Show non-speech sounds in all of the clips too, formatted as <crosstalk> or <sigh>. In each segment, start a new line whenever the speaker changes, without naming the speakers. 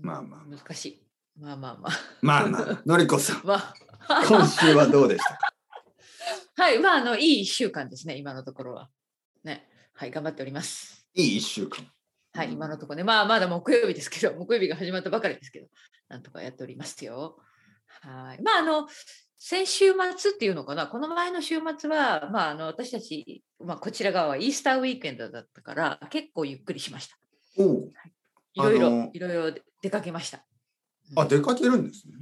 まあまあ。
難しい。まあまあまあ。 <laughs>
まあまあ、のりこさん、
まあ、
今週はどうでしたか
<laughs> はい、まあ、あの、いい一週間ですね、今のところは。ね。はい、頑張っております。
<laughs> いい一週間。
は
うん
い、今のところね。まあ、まだ木曜日ですけど、 <laughs> 木曜日が始まったばかりですけど、なんとかやっておりますよ。はい。まあ、あの、先週末っていうのかな、この前の週末は、まあ、あの、私たち、まあ、こちら側はイースターウィークエンドだったから、結構ゆっくりしました。
おおう。
いろい
あの
ろ、いろいろ出かけました。
あ、出かけるんですね。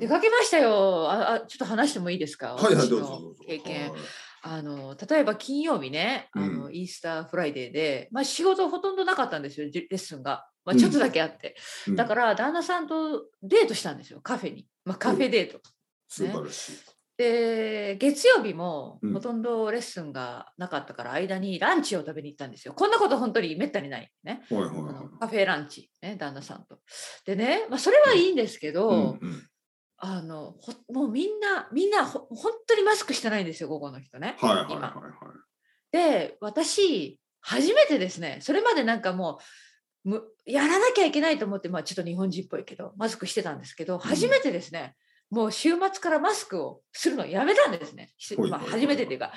出かけましたよああ。ちょっと話してもいいですか
はいはい、
私
ど
の
うぞどうぞ。
経験
はい。
あの例えば金曜日ねあの、イースターフライデーで、まあ、仕事ほとんどなかったんですよじレッスンが、まあ、
うん
ちょっとだけあって、
うん
だから旦那さんとデートしたんですよカフェに、まあ、カフェデート、
素晴らしい。
で月曜日も
うん
ほとんどレッスンがなかったから間にランチを食べに行ったんですよこんなこと本当にめったにないね
はいはい
あ
はい
の。カフェランチ、ね、旦那さんとでね、まあ、それはいいんですけど、
うんうん
あのほもうみんなみんなほ本当にマスクしてないんですよここの人ね、
はいはいはい
今
はい。
で私初めてですねそれまでなんかもうむやらなきゃいけないと思って、まあ、ちょっと日本人っぽいけどマスクしてたんですけど初めてですね、もう週末からマスクをするのをやめたんですね、し
ほい
まあ、
ほい
初めてっていうか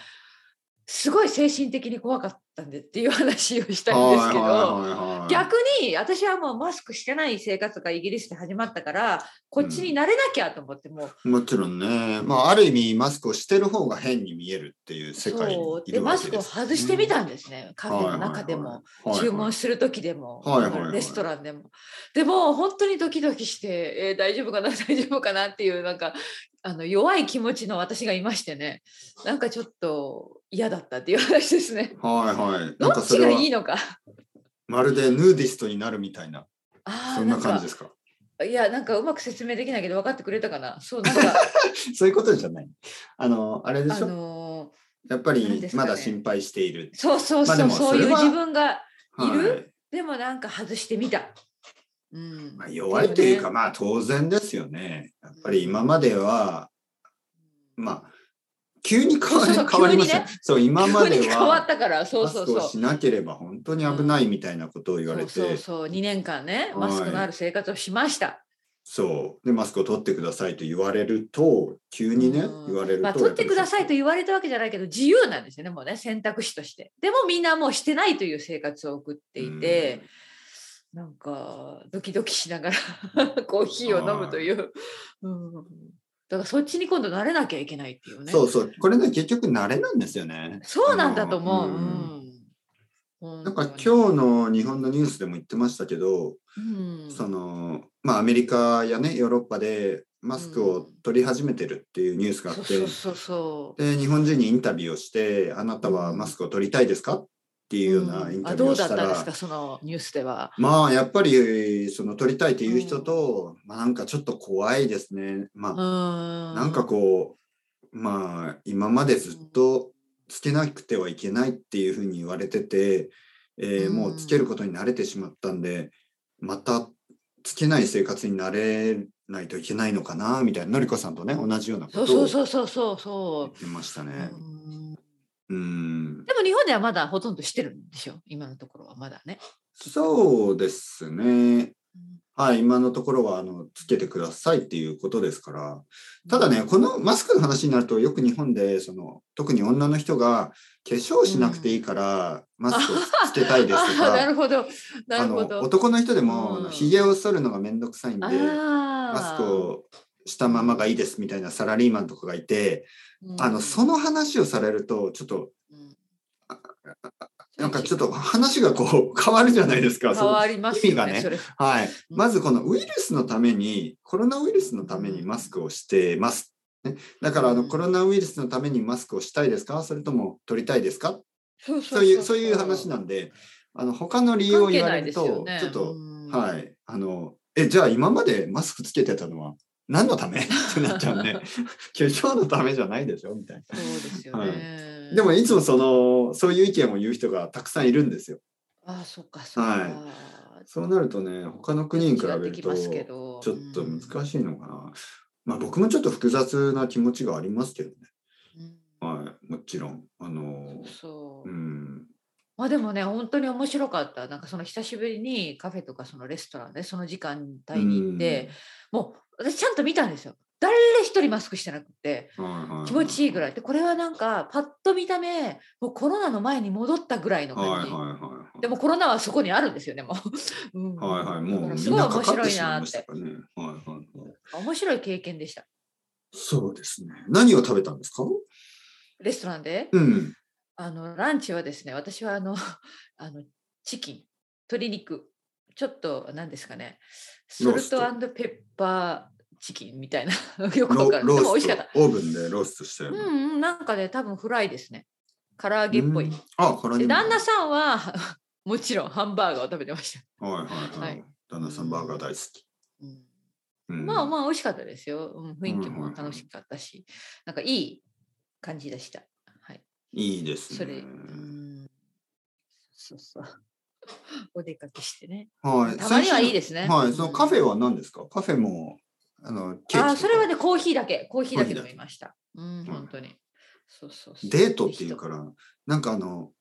すごい精神的に怖かったんでっていう話をしたいんですけど。
はいはいはいはい
逆に私はもうマスクしてない生活がイギリスで始まったからこっちに慣れなきゃと思ってもう
もちろんね、まあ、ある意味マスクをしてる方が変に見えるっていう世界に
そう
い
で
る
マ
わけ
ス
です
クを外してみたんですね、カフェの中でも、注文
し
する時でも、
はいはいはい
レストランでも、でも本当にドキドキして、えー大丈夫かな <laughs> 大丈夫かなっていうなんかあの弱い気持ちの私がいましてねなんかちょっと嫌だったっていう話ですね。
はいはいはい
ど
なんか
っ
そ
ちが
れはい
いのか。
まるでヌーディストになるみたいな
あー
そんな感じ
ん
で
か
すか
いやなんかうまく説明できないけど分かってくれたかな。そうなんか
そういうことじゃないあのあれ <laughs> で
あ
しょ
の
やっぱ
なん
り
ですか
ま
ね
だ心配している
ー、そうそう
まあ
そ
で
う、
も
そうい
そうれは
自分がいる
はい
でもなんか外してみた。うん。
まあ、弱いというか
ね
まあ当然ですよねやっぱり今まではまあ急に変わ
そうそうそう
変わりましたよ
急
そう今まで
急に変わっ
は
たからそう
マ
そ
ス
う
ク
そう
をしなければ本当に危ないみたいなことを言われて、
そうそうそう2年間ねマスクのある生活をしました、
そうでマスクを取ってくださいと言われると急にね、
うん
言われると、
まあ、取ってくださいと言われたわけじゃないけど自由なんですよねもうね選択肢としてでもみんなもうしてないという生活を送っていて、なんかドキドキしながら <laughs> コーヒーを飲むという、うん、だからそっちに今度慣れなきゃいけないっていうね
そうそうこれね結局慣れなんですよね
そうなんだと思う、
う
うんん本
な
当
んか
に
今日の日本のニュースでも言ってましたけど、
うん
そのまあアメリカやねヨーロッパでマスクを取り始めてるっていうニュースがあっ
そう
て、
そうそうそう
で日本人にインタビューをしてあなたはマスクを取りたいですかっていうようなインタビューをした
うんあどうだったん
ら、
ですかそのニュースでは。
まあやっぱりその取りたいっていう人と、まあなんかちょっと怖いですねまあ、な
なん
かこうまあ今までずっとつけなくてはいけないっていうふうに言われてて、えー
うん
もうつけることに慣れてしまったんでまたつけない生活になれないといけないのかなみたいなのりこさんとね同じようなこ
そう
と
そ
を
う
言
そうそうそうそ
ってました
う。
ね。
うん
うん
でも日本ではまだほとんどしてるんでしょ今のところはまだね。
そうですね。はい、今のところはあのつけてくださいっていうことですから、ただね、このマスクの話になると、よく日本でその、特に女の人が化粧しなくていいから、マスクをつけたいですと
<laughs> ああな
か、
るほどな
あ
る
の
ほど。
男の人でも、あ
う
の
ん
ひげを剃るのがめんどくさいんで、マ
マ
スクをしたままがいいですみたいなサラリーマンとかがいて、あのその話をされると、ちょっと、なんかちょっと話がこう変わるじゃないですか、そ
変
の
わります
意味
よ
が
ね。
ね
それ
はい、
うん
まずこのウイルスのためにコロナウイルスのためにマスクをしてます。ね、だからあの
うん
コロナウイルスのためにマスクをしたいですかそれとも取りたいですか
そう
そういうそういう話なんであの他の理由を
関係
言わ
ない
れ
で
る
す
と、
よね。
ちょっと、
うん
はいあのえじゃあ今までマスクつけてたのは何のため <laughs> ってなっちゃうん
<laughs>
で化粧のためじゃないでしょみたい
そうですよ
はい
ね。
な。でもいつもそのそういう意見を言う人がたくさんいるんですよ。
あそっかそっか。
はいそうなるとね他の国に比べ
違って
る
き
と
ますけど
ちょっと
うん
難しいのかな。まあ僕もちょっと複雑な気持ちがありますけどね。
うん
はい、もちろん。あの、
そうう。
ん、
まあでもね本当に面白かったなんかその久しぶりにカフェとかそのレストランでその時間帯に行って、もう私ちゃんと見たんですよ誰一人マスクしてなくて
うんはいはいはい
気持ちいいぐらいでこれはなんかパッと見た目もうコロナの前に戻ったぐらいの
はいは
感
い
じ、
はいはい。
でもコロナはそこにあるんですよねもう、 <laughs> うん
はいはい、もう
だから
み
す
ん
ごい
なか
面
かっ
白
て
い
しまい
な
ま
っ
した
て
からね。はいはいはい。
面白い経験でした
そうですね。何を食べたんですか
レストランで
うん。
あのランチはですね私はあの <laughs> あのチキン鶏肉ちょっと何ですかねソ
ロー
ル
スト
トペッパーチキンみたいな <laughs> よく
ロ
わかるでも美
ロー
味
ス
しかっ
ト
た。
オーブンでローストして。
うんうんなんかね多分フライですね唐揚げっぽい、
うんあ、辛い
で
ね。
旦那さんは <laughs> もちろんハンバーガーを食べてました、
はいはいは
はい
い。旦那さんバーガー大好き。
うん
うん
まあまあ美味しかったですよ、うん、雰囲気も楽しかったし、なんかいい感じでしたはい
いいです
それ、
ね。
うんそうそう <laughs> お出かけしてね
は
たまにはいい
で
ですね。
はい、そのカフ
ェ
ェは何ですかカフェも、あの、ケーキとか
あ、それはね、コーヒーだけ、コーヒーだけ
コ
飲
ーヒーだけ
みました。うん、
はい
本当に。そうそうそう
デートっていうから、なんかあの、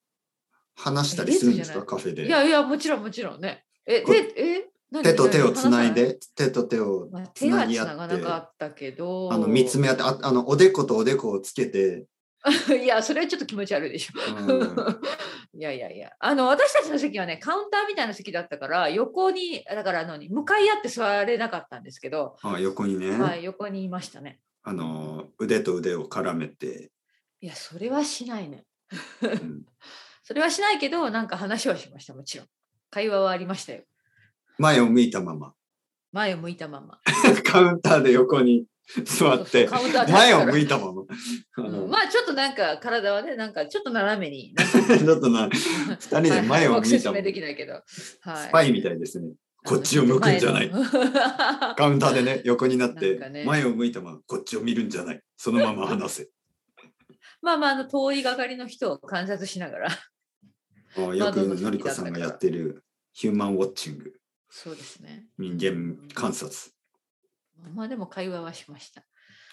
話したりするんです
デ
か
ー
カフェで。
いやいや、もちろん、もちろんね。え、
こ
で、え、何
手と手をつない。
何
で、手と手を
話さないまあ、
つ
手は
な
つ
ぎ合
なが
って
な、かったけど。
あの、見つめ合って、ああの、おでことおでこをつけて、
め。 <laughs> いや、それはちょっと気持ち悪いでしょ。
うん
<laughs> いやいやいや、あの、私たちの席はね、カウンターみたいな席だったから、横に、だから、あの、向かい合って座れなかったんですけど。
あ横にね、
はい、横にいましたね。
あの腕と腕を絡めて、
いや、それはしないね。
うん
それはしないけど、なんか話はしました、もちろん。会話はありましたよ。
前を向いたま <laughs> ま
前を向いたまま。
カウンターで横に座って
カウンターで
前を向いたまま <laughs> あ
うん
の、
まあちょっとなんか体はね、なんかちょっと斜めに。
ちょっとな2人で前を
<laughs> はい
向い
説
たま
明
ま
できないけど。はい、
スパイみたいですねこっちを向くんじゃない
前の
カウンターでね横になっ
なんか
て
ね
前を向いたままこっちを見るんじゃないそのまま話
<laughs>
せ
<laughs> まあまあ、あの遠いがかりの人を観察しながら。
あよくのりこさんがやってるヒューマンウォッチング
そうですね。
人間観察
まあでも会話はしました。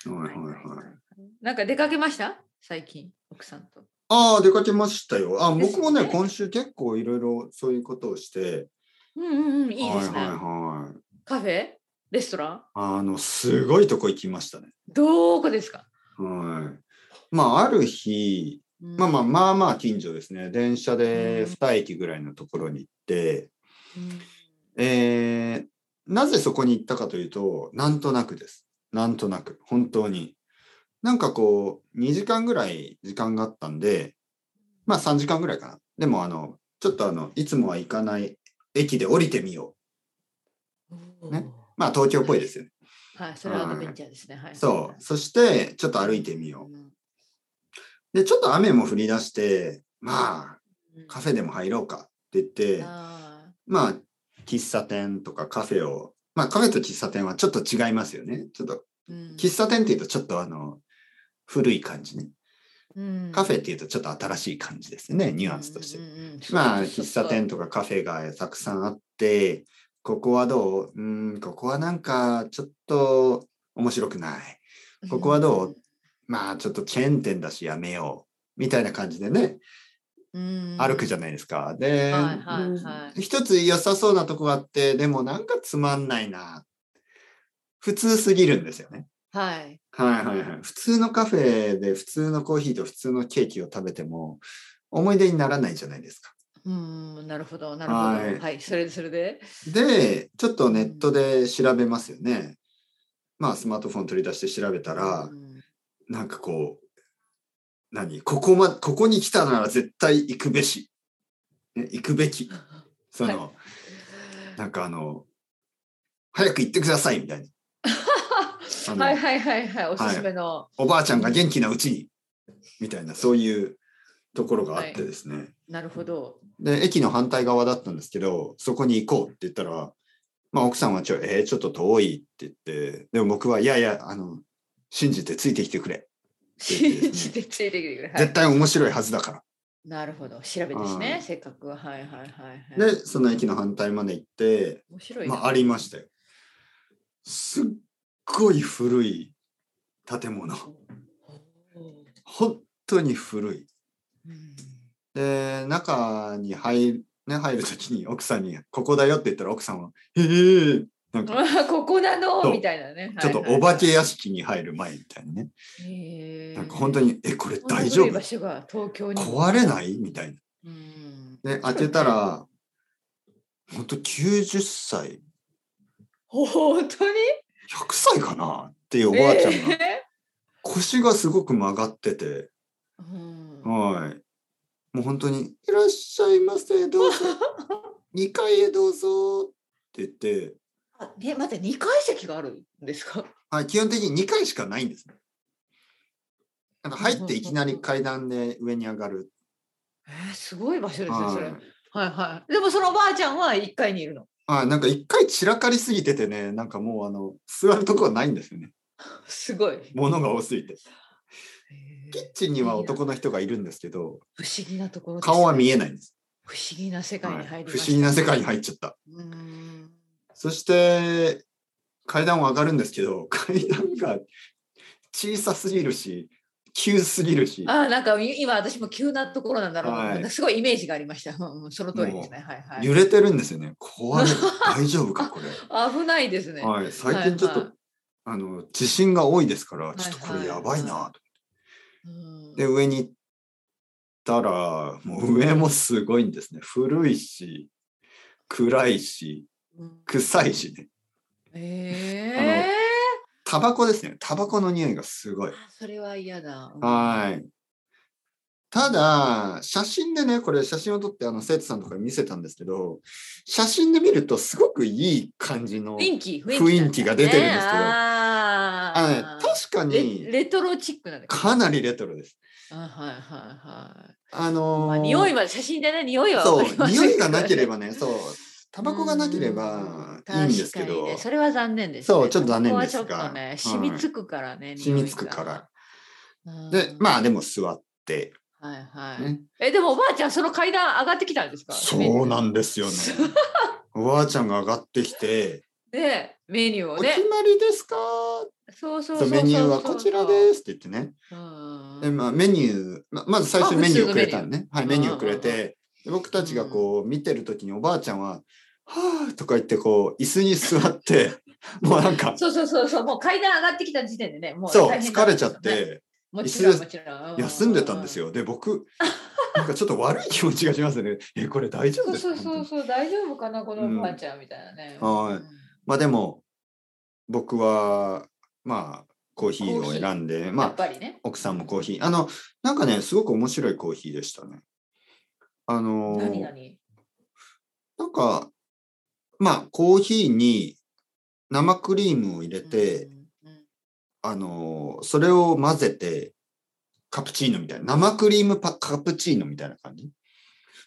はい
はい
はい
はい
はい
なんか出かけました最近、奥さんと。
ああ、出かけましたよ。あ
です
僕
よ
も
ね
ね、今週結構いろいろそういうことをして、
うんうんうん、いいですね。
はいはいはい。
カフェレストラン
あの、すごいとこ行きましたね。
どこですか、
はい。まあ、ある日、
うん
まあまあまあまあ近所ですね。電車で2駅ぐらいのところに行って、
うん
えーなぜそこに行ったかというと、なんとなくです。なんとなく、本当に。なんかこう、2時間ぐらい時間があったんで、まあ3時間ぐらいかな。でもあの、ちょっとあの、いつもは行かない駅で降りてみよ
おー
ねう。まあ東京っぽいですよね。
はい、それはアドベンチャーですね。はい。
そう。そして、ちょっと歩いてみよ
うん
う。で、ちょっと雨も降り出して、まあ、カフェでも入ろうかって言って、
あ
まあ、喫茶店とかカフェを、まあカフェと喫茶店はちょっと違いますよね。ちょっと
ーうん
喫茶店っていうとちょっとあの古い感じね
うん
カフェっていうとちょっと新しい感じですねニュアンスとして
うんうんうん
まあ
そうそう
喫茶店とかカフェがたくさんあってここはどううーんここはなんかちょっと面白くない
そう
ここはどうまあちょっとチェーン店だしやめようみたいな感じでね
うん
歩くじゃ
ん。
ないですかで、
はいはいは
一つ良さそうなとこがあってでもなんかつまんないな普通すぎるんですよね
はい。
はいはいはい。普通のカフェで普通のコーヒーと普通のケーキを食べても思い出にならないじゃないですか。
うん、なるほど、なるほ
はい
ど。はい、それでそれで。
で、ちょっとネットで調べますよね。まあスマートフォン取り出して調べたら
う、ん
なんかこう、何ここま、ここに来たなら絶対行くべし。ね、行くべき。その、
は
なんかあの、早く行ってくださいみたいな。あ
<laughs>
の
はいはいはいはい、おすすめの。
おばあちゃんが元気なうちに、みたいな、そういうところがあってですね。
なるほど。
で、駅の反対側だったんですけど、そこに行こうって言ったら、まあ、奥さんはちょ、えーちょっと遠いって言って、でも僕は、いやいや、あの、信じてついてきてくれ。
信じてついてきてくれ。は
絶
い
対面白いはずだか
なるほど、調べてし
は
ね
い、
せっかくは。はいはいはい
ら。
はい。
で、その駅の反対まで行って、
面白いな。
まあ、ありましたよ。すっごい古い建物。
おー
本当に古い。
うん
で、中に入る、ね、入るときに奥さんに、ここだよって言ったら奥さんは、へえ、なんか、
<laughs> ここな
そ
の
う
みたいなね。
ちょっとお化け屋敷に入る前みたいなね。なんか本当に、え、これ大丈夫
場所が東京に。
壊れないみたい
うん。
な。で、開けたら、本当90歳、
本当に
100歳かなっていうおばあちゃんが、
え
腰がすごく曲がってて、
ーうん
はい。もう本当に、いらっしゃいませ、どう <laughs> ぞ、2階へどうぞって言って、
あえ、待って、2階席があるんですか
はい、基本的に2階しかないんですね。なんか入っていきなり階段で上に上がる。
えーすごい場所ですね、それ。はい
はい、
はい。でもそのおばあちゃんは1階にいるの。
あなんか一回散らかりすぎててね、なんかもうあの、座るとこはないんですよね。
すごい。
物が多すぎて。
え
キ
ー
ッチンには男の人がいるんですけど、
不思議なところですね
顔は見えないんです。
不思議な世界
は
に
い
入りま
不
した。
思議な世界に入っちゃった。
うーん。
そして、階段を上がるんですけど、 <laughs> 階段が小さすぎるし、急すぎるし、
あーなんかい今私も急なところなんだろうな、
はい
なんかすごいイメージがありました。うんうんその通りですね。はいはい。
揺れてるんですよね。壊れる。大丈夫か、これ。
危ないですね。
はい、最近ちょっと、
はいは
あの地震が多いですから、
い
ちょっとこれやばいなと、
うん
で上に行ったらもう上もすごいんですね古いし暗いし
うん
臭いしね
え
タバコですねタバコの匂いがすごい
ー、あそれは嫌だ。うん
はいただ写真でねこれ写真を撮ってあの生徒さんとかに見せたんですけど写真で見るとすごくいい感じの
雰囲気
雰囲気が出てるんですけど
あ
あのね
ー
確か
レ
に
レトロチックなんだけど。
かなりレトロです
あはいはいはい。
あのー
まあ匂いは写真でね匂いは
そ
わかりま
う、
せん
<laughs> 匂いが
どね
なければね、そう、タバコがなければいいんですけ
確
ど
かに、ね、それは残念です、ね。
そうちょっと残念ですが
ここはちょっとね、染みつくからね。
染みつくから。
匂いが。
で、まあでも座って、
あ。はいはい。
ね、
え、でもおばあちゃん、その階段上がってきたんですか
そうなんんですよね。おばあちゃんが上がってきて、
で、メニュー
お
をね
決。まりですか
そうそうそ
と
うそう。
メニューはこちらですって言ってね。
うん。
で、まあメニュー、ままず最初
あ
メニュ
普通
ーを
の
くれたのね。はい、メニューをくれ
うんうん
て、で僕たちがこう見てるときにおばあちゃんは、はぁとか言ってこう椅子に座って、
<laughs>
もうなんか、
そうそうそうそう、もう階段上がってきた時点でね、もう
そう、
大変だ
疲れちゃっ
ですよね。
て、
もちろ
椅
ん
子
もちろん。
休んでたんです
よ。
よ。で、僕、なんかちょっと悪い気持ちがしますね。 <laughs> え、これ大丈夫
そうそう
ですか
そう
本
そう、大丈夫かな、このおばあちゃんみたいなね。
うんはい当にまあでも、僕は、まあ、コーヒー
コー
を
ヒー
選んで、
やっ
まあ、
ぱりね。
奥さんもコーヒー。あの、なんかね、すごく面白いコーヒーでしたね。あの
何
ー、
何
なんか、まあ、コーヒーに生クリームを入れて、、
うんうん
あのー、それを混ぜて、カプチーノみたいな。生クリームパカプチーノみたいな感じ。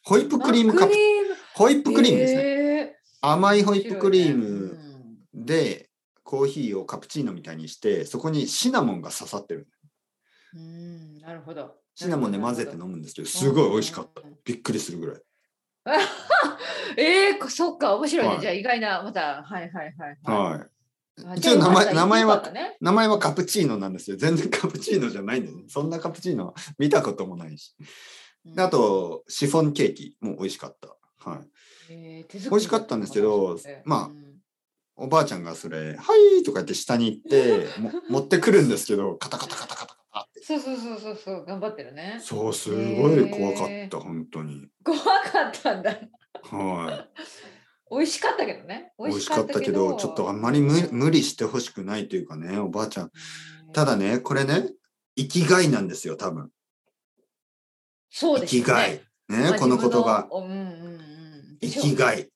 ホイップクリームカプ
あク
チーノ。
リーム
ホイップクリームですね。
ね。
甘いホイ
面白いね
ップクリーム
うん
でコーヒーをカプチーノみたいにしてそこにシナモンが刺さってる
うん、なるほど。
シナモンで混ぜて飲むんですけどすごい美味しかった
た。
びっくりするぐらい
えー、こそっか、面白いね。
はい
じゃあ意外な、また、はいはいはい、
はい
あ
一応名前名前は、
じゃあよかったね
名前はカプチーノなんですよ全然カプチーノじゃないんですそんなカプチーノは見たこともないしであ、とシフォンケーキも美味しかったはい
えー手作り
美味しかったんですけどまあ
うん
おばあちゃんがそれ「はい」とか言って下に <laughs> 行っても持ってくるんですけどカタカタカタカタカタって
そうそうそうそうそう、頑張ってるね。
そうすごい怖かった本当に
怖かったんだ。
はい
美味しかったけどね。
美味しかったけど、ちょっとあんまり無無理してほしくないというかね、おばあちゃん。ただ、ね、これね、生きがいなんですよ、多分。
そう
生
ですね
きがい。ね、
まあ
この言葉。。
自分のうんうんうん。
生きがい。ね、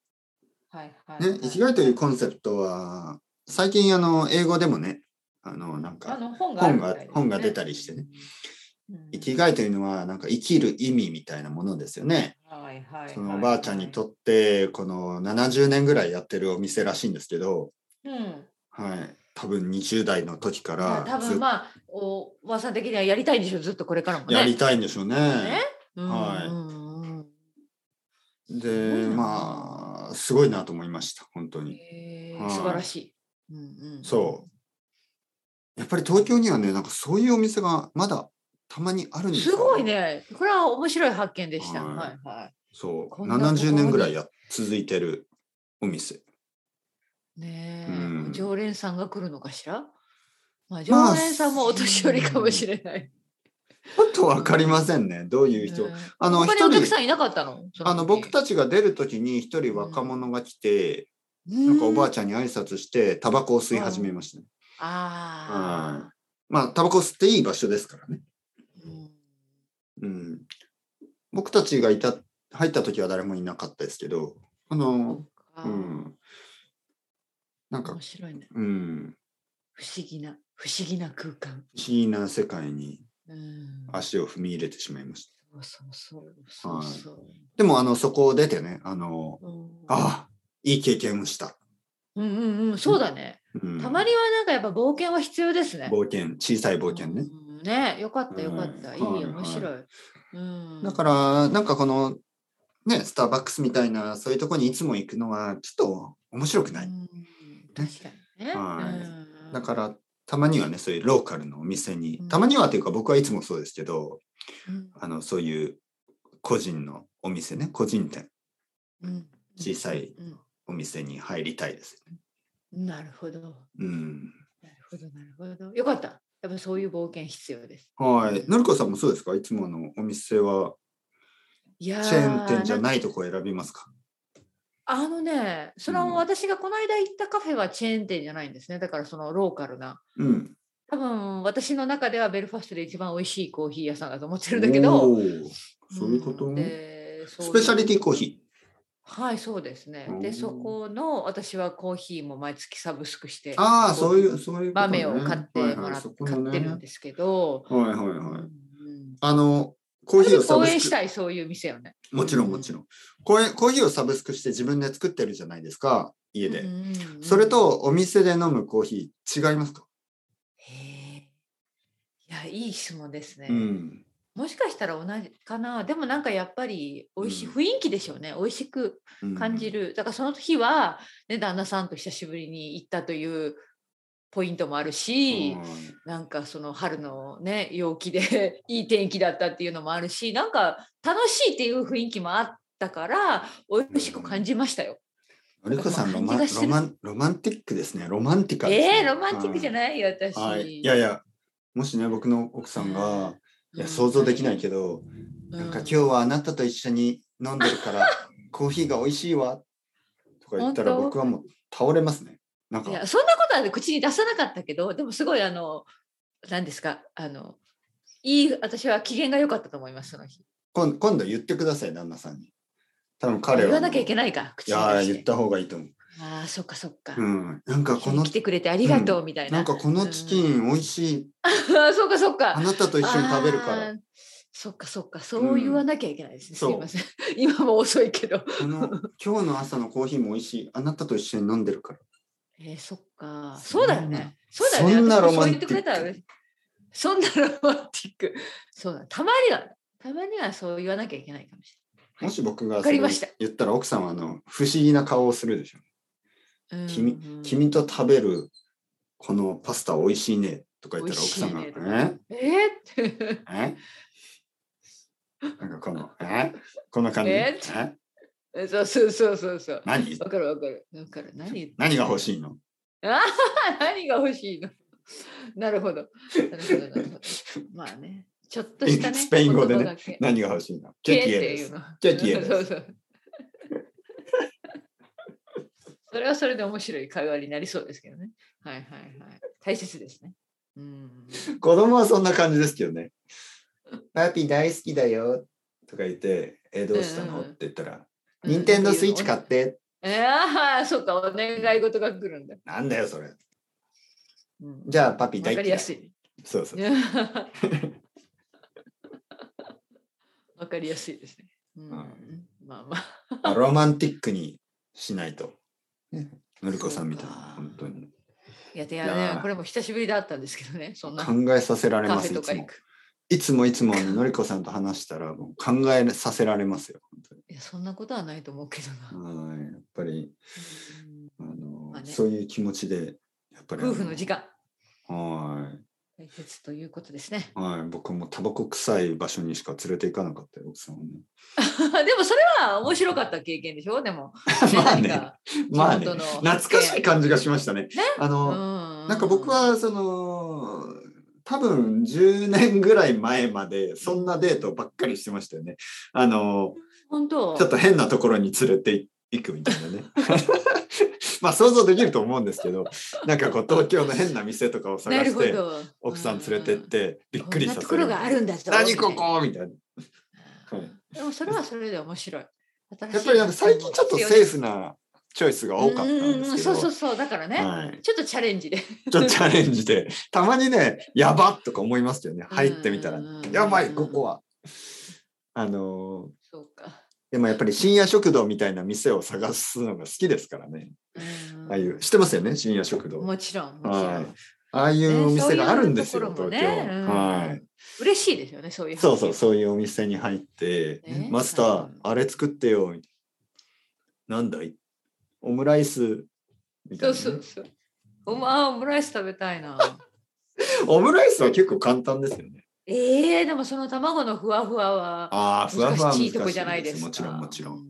はいはいはい。
生きがいというコンセプトは、最近、あの、英語でもね、あの、なん
あ
か、
の本がある
本
みたい
が
ですね、
本が出たりしてね。
うん。
生きがいというのは、なんか生きる意味みたいなものですよね。
はいはいはい。
そのおばあちゃんにとって、この70年ぐらいやってるお店らしいんですけど、
うん。
はい。多分20代の時か
まあ多
ら、ずっ
分
と
まあ、おばあさん的にはやりたいんでしょ、ずっとこれからもね。
やりたいんでしょうね
ね。うん
はい
うんうんすご
で
いな
まあすごいなと思いました本当に
へ
は
ー
い
素晴らしい。うんうん
そうやっぱり東京にはねなんかそういうお店がまだたまにあるんです
す
よ
ごいね。これは面白い発見でした。
はい
はいは
そう
こんなところに
70年ぐらいや続いてるお店
い。ねえ、
うん
常連さんが来るのかしら。まあ、
ま
常
あ
連さんもお年寄りかもしれない。
ちょっとわかりませんねどういう人、
ねえ
あの
他にお
一
客
人
さんいなかったの。そ
あの
時
僕たちが出る時に一人若者が来て、なんかおばあちゃんに挨拶してタバコを吸い始めましたね、
ああ、
まあタバコ吸っていい場所ですからね、
うん
うん、僕たちがいた入った時は誰もいなかったですけどあの
あー
うんなんか
面白いね。
うん
不思議な、不思議な空間。
不思議な世界に
うん。
足を踏み入れてしまいました
そうそうそう。そうそう。
でもあのそこを出てねあの
うん
ああいい経験をした、
うんうんうん、そうだね。
うん
たまにはなんかやっぱ冒険は必要ですね。
冒険小さい冒険ね、
うん。ね、よかったよかった。
うん
いい、
はい
面白い。うん。
だからなんかこのねスターバックスみたいなそういうとこにいつも行くのはちょっと面白くない、
うん確かにね。
はい
うん
だからたまにはねそういうローカルのお店に、
うん
たまにはというか僕はいつもそうですけど
うん
あのそういう個人のお店ね個人店
うん
小さい
うん
お店に入りたいですね
なるほど。
うん
なるほど、なるほど。よかった。やっぱそういう冒険必要です。
はいのりこさんもそうですかいつものお店はい
や
チェーン店じゃ
い
ないとこ選びますか
あのね、そ
うん
の私がこの間行ったカフェはチェーン店じゃないんですね。だからそのローカルな。
うん
多分私の中ではベルファストで一番美味しいコーヒー屋さんだと思ってるんだけど。
おーそういうこと、
んでそういう
スペシャリティコーヒ
はい、そうですね
う。ん
で、そこの私はコーヒーも毎月サブスクして
ー。、ああ、そういう、そういうことね、
豆を買ってもらっ
そ
買
この
ってるんですけど、
ね。はいはいうはい。
ん
あの、コーヒーをサ
応
ブ
援し
スク。
たい、そういう店よね。
もちろんもちろん。これコーヒーをサブスクして自分で作ってるじゃないですか、家
う
で。
んうんうん
それ、とお店で飲むコーヒー違いますか
へえいや、いい質問ですね。
うん。
もしかしたら同じかな。でもなんかやっぱり美味しい、
うん
雰囲気でしょうね。美味しく感じる。だからその日は、ね、旦那さんと久しぶりに行ったというポイントもある
うん。
し、
はい
なんかその春のね陽気で <laughs> いい天気だったっていうのもあるしなんか楽しいっていう雰囲気もあったから美味しく感じましたよ。
のりこさんロマン
感じがし
ロ
てる
マン、ロマンティックですね。ロマンティカですね、
えー、ロマンティックじゃないよ、私。
はいはい。いやいや、もしね、僕の奥さんが、いや、想像できないけど、
ど
なんか今日
は
はあなたと一緒に飲んで
<laughs>
るからコーヒーが美味しいわとか言ったら
本当
僕はもう倒れますね。なん
い
か
やそんなことは口に出さなかったけどでもすごいあの何ですかあのいい私は機嫌が良かったと思いますその日。
今今度言ってください旦那さんに。多分彼は
言わなきゃいけ
ない。
ないか
い
口に
や
出
ー
して
言った方がいいと思う。
ああそっかそっか。
うん、なんかこ
今
の
日来てくれてありがとうみたいな。
な
<laughs>
んかこのチキン美味しい
うんそうかそうか
あ。なたと一緒に食べるから
あー。そっかそっか、そう言わなきゃいけないですね。す
そう
みません。 <laughs> 今も遅いけど。
この今日の朝のコーヒーも美味しいあなたと一緒に飲んでるから。
えー、そっか。
そ
そうう
な
だよね。そうだよね。
そんな
私も
ロマン
そう言ってくれたら
ティ
嬉しい。そんなロマンティック。そうだ。たまには、たまにはそう言わなきゃいけないかもし
もし僕が
わ
そ
か
れ
り
を
ました
言ったら奥さんはあの不思議な顔をするでしょ。
れない。
君
うんうん
君と食べるこのパスタ美味しいねとか
美
言っ
味
たら奥
し
さ
い
んが、
ねとかえーって。 <laughs>
ええなんかこのえこんな感じ
え
え
えそうそうそうそうそう。
何
わかるわかる。わかる。何言って
何が欲しいの
ああ、 <laughs> 何が欲しいの。 <laughs> なるほど。なるほど、なるほど。まあね。ちょっとしたね。
スペイン語でね
言葉がけ。
何が欲しいのケ
ケ
ーキエ
って
で
いう
す
の。
ケーキエです
そうそう。それはそれで面白い会話になりそうですけどね。はいはいはい。大切ですね。うん。
子供はそんな感じですけ
<laughs>
どねパピ大好きだよとか言ってえどうした
うん
の
う
っ
ん
て言ったら任天堂スイッチ買っ。て
えあー、そうか。お願い事が来るんだ。
なんだよそれ
うん
じゃあパピ大
わか
嫌
り
い
やすい。
そ
<laughs>
うそう
わかりやすいですね。うん
はい
まあまあ。
あロマンティックにしないとねのりこさんみたいな
そうか
本当に
いや、で
いや
や
ー
ね、これも久しぶりだったんですけどね、そんな
考えさせられ
カ
ま
フ
す
ェ
い
とか
つ
行
も
く。
いつもいつもあののりこさんと話したら <laughs> もう考えさせられますよ。本当に
いや、そんなことはないと思うけどな。
はいやっぱりあの、
まあね
そういう気持ちでやっぱりあの
夫婦の時間。
は
大切ということですね。 <laughs>
はい、僕もタバコ臭い場所にしか連れて行かなかったよ、奥さんをね。
でもそれは面白かった経験でしょでも。
<laughs> まあね、まあね、
地元の
懐かしい感じがしましたね。あの、な
なん
か僕はその多分10年ぐらい前までそんなデートばっかりしてましたよね。あの
本当
ちょっと変なところに連れて行くみたいなね。 <laughs> まあ想像できると思うんですけどなんかこう東京の変な店とかを探
なる
し
ほ
て
ど
奥さん連れてっ
うん
てびっくりさ
こんなと
せ
こ
る
ろ。があるんだぞ
何ここみたいな。はい
でもそれはそれで面白い。
やっぱりなんか最近ちょっとセーフなチョイスが多かったん
う
で
うう
すけ
そう
ど
そう。そうだからね、
はい
ちょっとチャレンジで。
ちょっとチャレンジで、 <laughs> たまにね、やばっとか思いますよね。入ってみたら
うんうんう、ん
やばい、ここは。あのー
そうか。
でもやっぱり深夜食堂みたいな店を探すのが好きですからね。
うん
ああいう、知ってますよね、深夜食堂。
もちろんもちろん、
はい。ああいうお店があるんですよ、
ねそういうと
東京。
ころもねうん
はい。
嬉しいですよねそういう話
そうそう、そういうお店に入って
ね、
マスター
うん、
あれ作ってよ。なんだいオムライス。みた
そ
いうなね
そうそう。おまあオムライス食べたい
<laughs>
な。
オムライスは結構簡単ですよね。
ええでもその卵のふわふわは
ああ、ふわふ
難
わ難
し
し
い
い
とこじゃないで
ですす。
か。
もちろん、もちろん。
う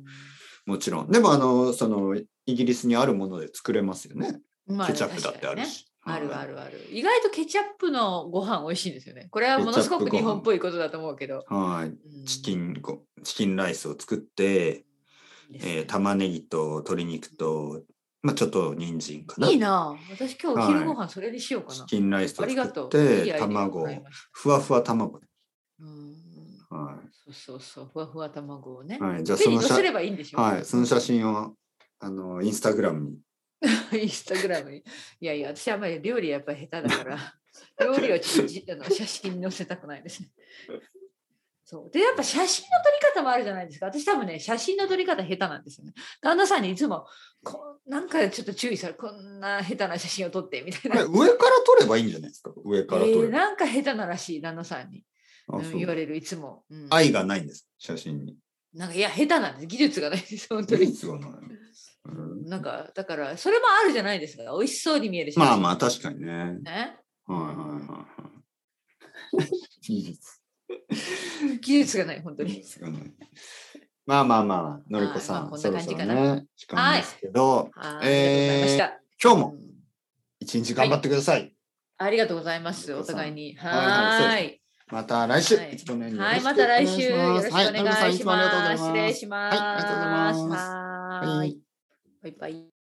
もちろん。でも、あの、その、イギリスにあるもので作れますよね。
ん。まあ
ケチャップだってある。し。
確かにねあるあ
る。
るある。意外とケチャップのご飯美味しいんですよね。これはものすごく日本っぽいことだと思うけど。
はい。
うん
チキ。ンこ、チキンライスを作って、
ですね
えー、玉ねぎと鶏肉と、まあ、ちょっと人参かな。
いいな。私今日お昼ご飯それにしようか
チ
な。
キンライス
あ
を
りがと
作っ
う。いい
て、
アイデア
卵
もらい、ました
ふわふわ卵。
うん
は
そうそうそう。ふわふわ卵をね
い。。はい。じゃあ、
手
そ
に
の
乗
写
せればいいんでしょ。
はい、その写真を、あの、インスタグラムに。
<laughs> インスタグラムに。いやいや、私はあんまり料理やっぱり下手だ
<laughs>
から、料理をちょっとじあの写真に載せたくないですね。そうでやっぱ写真の撮り方もあるじゃないですか。私多分ね、写真の撮り方下手なんですよね。旦那さんにいつも、こうなんかちょっと注意され、こんな下手な写真を撮ってみたい
これ
な。
上から撮ればいいんじゃないですか上から撮
え
れ
ー
ば。
なんか下手ならしい、旦那さんに、
あ
うん
そう
言われる、いつも、うん
愛がないんです、写真に。
なんかいや、下手なんです。技術がないです、本当
技
に。
術がない。うん
なんか、だから、それもあるじゃないですか。美味しそうに見える写真。
まあまあ確かにね。
ね、
はいはいはいはい。
<laughs>
技術
技術がない、本当
技
に。
術がないまあまあまあ、のりこ
は
さ
いまあ
ん、
こん
そ
な感
ろそ
じ
ろ
かな
ね、時間ですけど、
はい
えー今日も一日頑張ってください。
ありがとうございました。うん
お
ありがとうございます。お
父さん
互いに。
いはい
は
そうです
ーい。
また来週、
はい
去年によろ
はい、
しく
また来週
お
よろ
願
しくお
いますはいのりこさん
願い
いつ
し
もありがとうござ
ま
い
す。
ます
失礼します。
はいありがとうございます
はー
はい
い。バイバイ。